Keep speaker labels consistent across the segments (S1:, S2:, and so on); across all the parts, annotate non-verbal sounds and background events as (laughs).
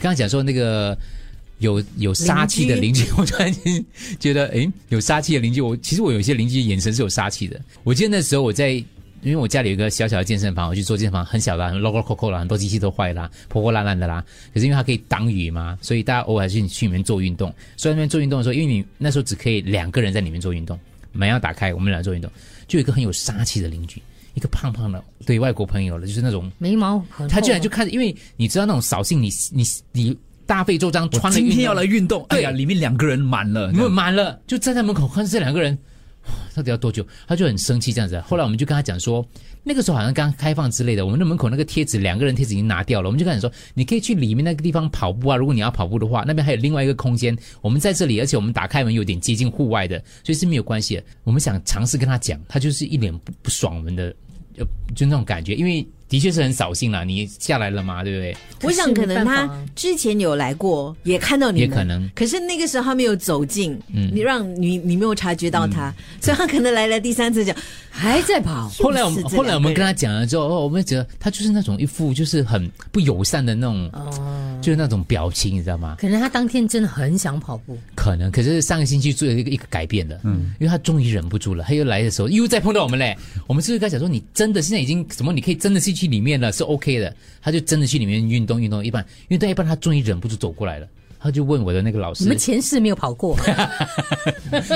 S1: 刚才讲说那个有有杀气的邻居，我突然间觉得，诶，有杀气的邻居，我其实我有一些邻居眼神是有杀气的。我记得那时候我在。因为我家里有一个小小的健身房，我去做健身房，很小的、啊，很 logo coco 啦，很多机器都坏啦，破破烂烂的啦。可是因为它可以挡雨嘛，所以大家偶尔去去里面做运动。所以那边做运动的时候，因为你那时候只可以两个人在里面做运动，门要打开，我们俩做运动，就有一个很有杀气的邻居，一个胖胖的，对外国朋友了，就是那种
S2: 眉毛很厚
S1: 他居然就看，因为你知道那种扫兴，你你你大费周章
S3: 我
S1: 穿了
S3: 今
S1: 运动，
S3: 天要来运动，哎
S1: 对
S3: 呀，里面两个人满了，
S1: 没有满了，就站在门口看这两个人，哇到底要多久？他就很生气这样子。啊后来我们就跟他讲说，那个时候好像刚开放之类的，我们的门口那个贴纸，两个人贴纸已经拿掉了，我们就跟他讲说，你可以去里面那个地方跑步啊，如果你要跑步的话，那边还有另外一个空间，我们在这里，而且我们打开门有点接近户外的，所以是没有关系的。我们想尝试跟他讲，他就是一脸不不爽我们的，呃，就那种感觉，因为的确是很扫兴啦，你下来了嘛，对不对？
S4: (laughs) 我想可能
S2: 可是没办法
S4: 他
S2: 啊
S4: 之前有来过，也看到你
S1: 也
S4: 们，
S1: 可能
S4: 可是那个时候他没有走近，你让你你没有察觉到他，所以他可能来了第三次讲，
S2: 还在跑，
S1: 后来我
S4: 是
S1: 们
S4: 这两个人
S1: 后来我们跟他讲了之后，哦，我们觉得他就是那种一副就是很不友善的那种，就是那种表情，你知道吗？
S2: 可能他当天真的很想跑步，
S1: 可能，可是上个星期做了一个一个改变了，嗯，因为他终于忍不住了，他又来的时候又再碰到我们嘞，我们是不是跟他讲说你真的现在已经什么，你可以真的是去里面了，是 OK 的，他就真的去里面运动运动一半，运动一半他终于忍不住走过来了。他就问我的那个老师，
S2: 你们前世没有
S1: (laughs)
S2: 跑过，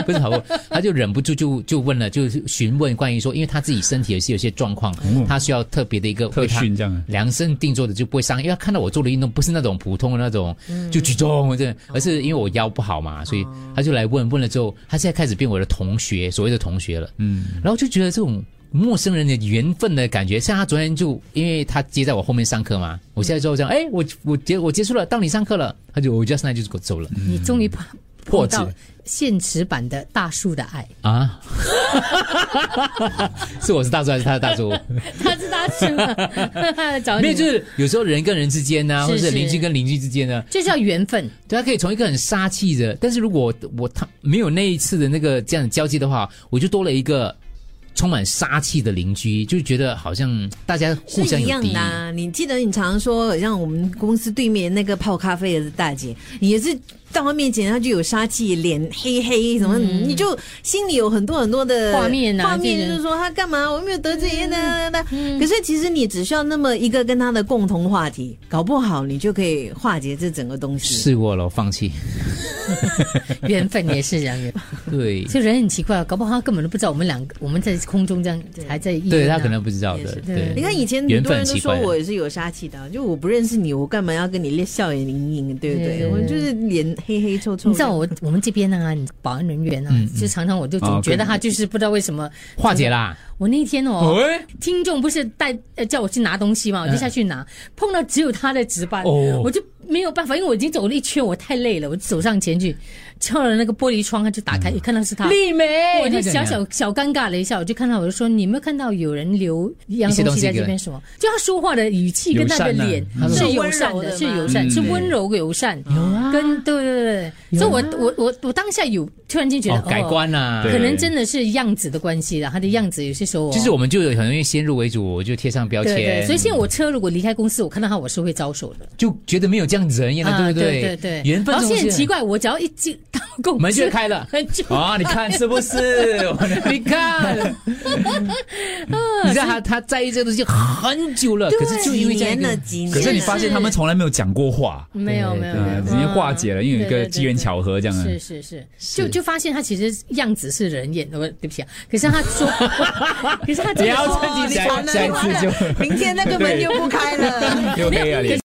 S1: 不是跑步，他就忍不住就就问了，就是询问关于说，因为他自己身体也是有些状况，他需要特别的一个
S3: 特训这样啊
S1: 量身定做的就不会伤，因为他看到我做的运动不是那种普通的那种
S2: 嗯
S1: 就举重这，而是因为我腰不好嘛，所
S2: 哦
S1: 以他就来问，问了之后，他现在开始变我的同学，所谓的同学了，嗯，然后就觉得这种。陌生人的缘分的感觉，像他昨天就，因为他接在我后面上课嘛，我现在之
S2: 嗯
S1: 后讲，哎、我我结我结束了，到你上课了，他就我 just now 就走了、
S2: 你终于碰
S3: 破
S2: 碰
S3: 解
S2: 到现实版的大树的爱，
S1: 啊， (laughs) 是我是大叔还是他是
S2: (laughs)
S1: 大叔？
S2: (laughs) 他是大树， (laughs) 找
S1: 没有，
S2: 哦你
S1: 就是有时候人跟人之间呢、
S2: 是
S1: 或者
S2: 是
S1: 邻居跟邻居之间啊呢、
S2: 这叫缘 (laughs) 分，
S1: 对，他可以从一个很杀气的，但是如果我他没有那一次的那个这样的交际的话，我就多了一个充满杀气的邻居，就觉得好像大家
S4: 是
S1: 互相
S4: 一
S1: 有
S4: 样
S1: 敌意
S4: 的、。啊。你记得你常说，像我们公司对面那个泡咖啡的大姐，你也是到她面前，她就有杀气，脸黑黑什么，
S1: 嗯
S4: 你就心里有很多很多的
S2: 画面啊
S4: 画面
S2: 这个
S4: 就是说她干嘛，我没有得罪
S1: 嗯
S4: 人呢、那那可是其实你只需要那么一个跟她的共同话题，搞不好你就可以化解这整个东西。
S1: 试过了，我放弃。
S2: 缘分也是这样。
S1: 对，
S2: 所以人很奇怪，搞不好他根本都不知道我们两个我们在空中这样还在议论啊
S1: 对他可能不知道
S4: 也
S1: 的
S4: 是。
S2: 对
S4: 你看以前
S1: 缘
S4: 很多
S1: 分很
S4: 人都
S1: 奇
S4: 说
S1: 怪的
S4: 我是有杀气的啊，就我不认识你，我干嘛要跟你笑脸盈盈，对不对？我就是脸黑黑臭臭的。
S2: 你知道我 (laughs) 我们这边啊，保安人员
S1: 嗯
S2: 啊，就常常我就
S1: 哦
S2: 总觉得他就是不知道为什么。
S1: 化解啦。
S2: 我那天哦，
S1: 喂，
S2: 听众不是带呃叫我去拿东西嘛，我就下去拿，碰到只有他在值班，
S1: 哦
S2: 我就没有办法，因为我已经走了一圈，我太累了，我就走上前去敲了那个玻璃窗，他就打开，一看到是他。
S1: 丽梅
S2: 我就小小小尴尬了一下，我就看到我就说，你有没有看到有人留一样
S1: 一些
S2: 东
S1: 东
S2: 西
S1: 西
S2: 在
S1: 给
S2: 这边？什么？就他说话的语气跟他的
S3: 友善啊
S2: 脸
S1: 他
S2: 是
S4: 说
S2: 友善的，是
S4: 是温柔
S2: 友
S4: 的
S2: 善，
S3: 嘛
S2: 是
S3: 嗯
S2: 温柔友善。跟对对对，所以我我我我当下有突然间觉
S1: 哦
S2: 得，
S1: 改观啦、
S3: 对
S2: 可能真的是样子的关系啦，他的样子有些时候哦
S1: 就是我们就有很容易先入为主，我就贴上标
S2: 对
S1: 签。
S2: 对，所以现在我车如果离开公司，我看到他我是会招手的，啊
S1: 就觉得没有这样子人一样，对不
S2: 对
S1: 对
S2: 对
S1: 缘分
S2: 然
S1: 这种东
S2: 后现
S1: 西
S2: 在很奇怪，我只要一进到公司，。
S1: 门就开了
S2: 很久
S1: 啊、你看是不是？
S4: (laughs)
S1: 你看，你知道他他在意这个东西很久了，啊可是就因为这样
S4: 年
S1: 一
S4: 了
S1: 个，
S4: 几
S3: 可
S4: 年
S3: 是
S4: 了，
S3: 你发现他们从来没有讲过话，
S2: 没有没有没有，啊
S3: 对，已经化解了，因为有
S2: 嗯
S3: 一
S2: 对
S3: 个
S2: 对对
S3: 机缘巧合这样啊。
S2: 是是是，就就发现他其实样子是人演的，不对不起啊，可是他
S3: (laughs)
S2: 说，可是他真的
S1: 不要
S2: 哦说
S1: 趁机
S4: 讲
S1: 下一次就
S4: 明天那个门就不开了。
S3: (laughs) 又黑了脸。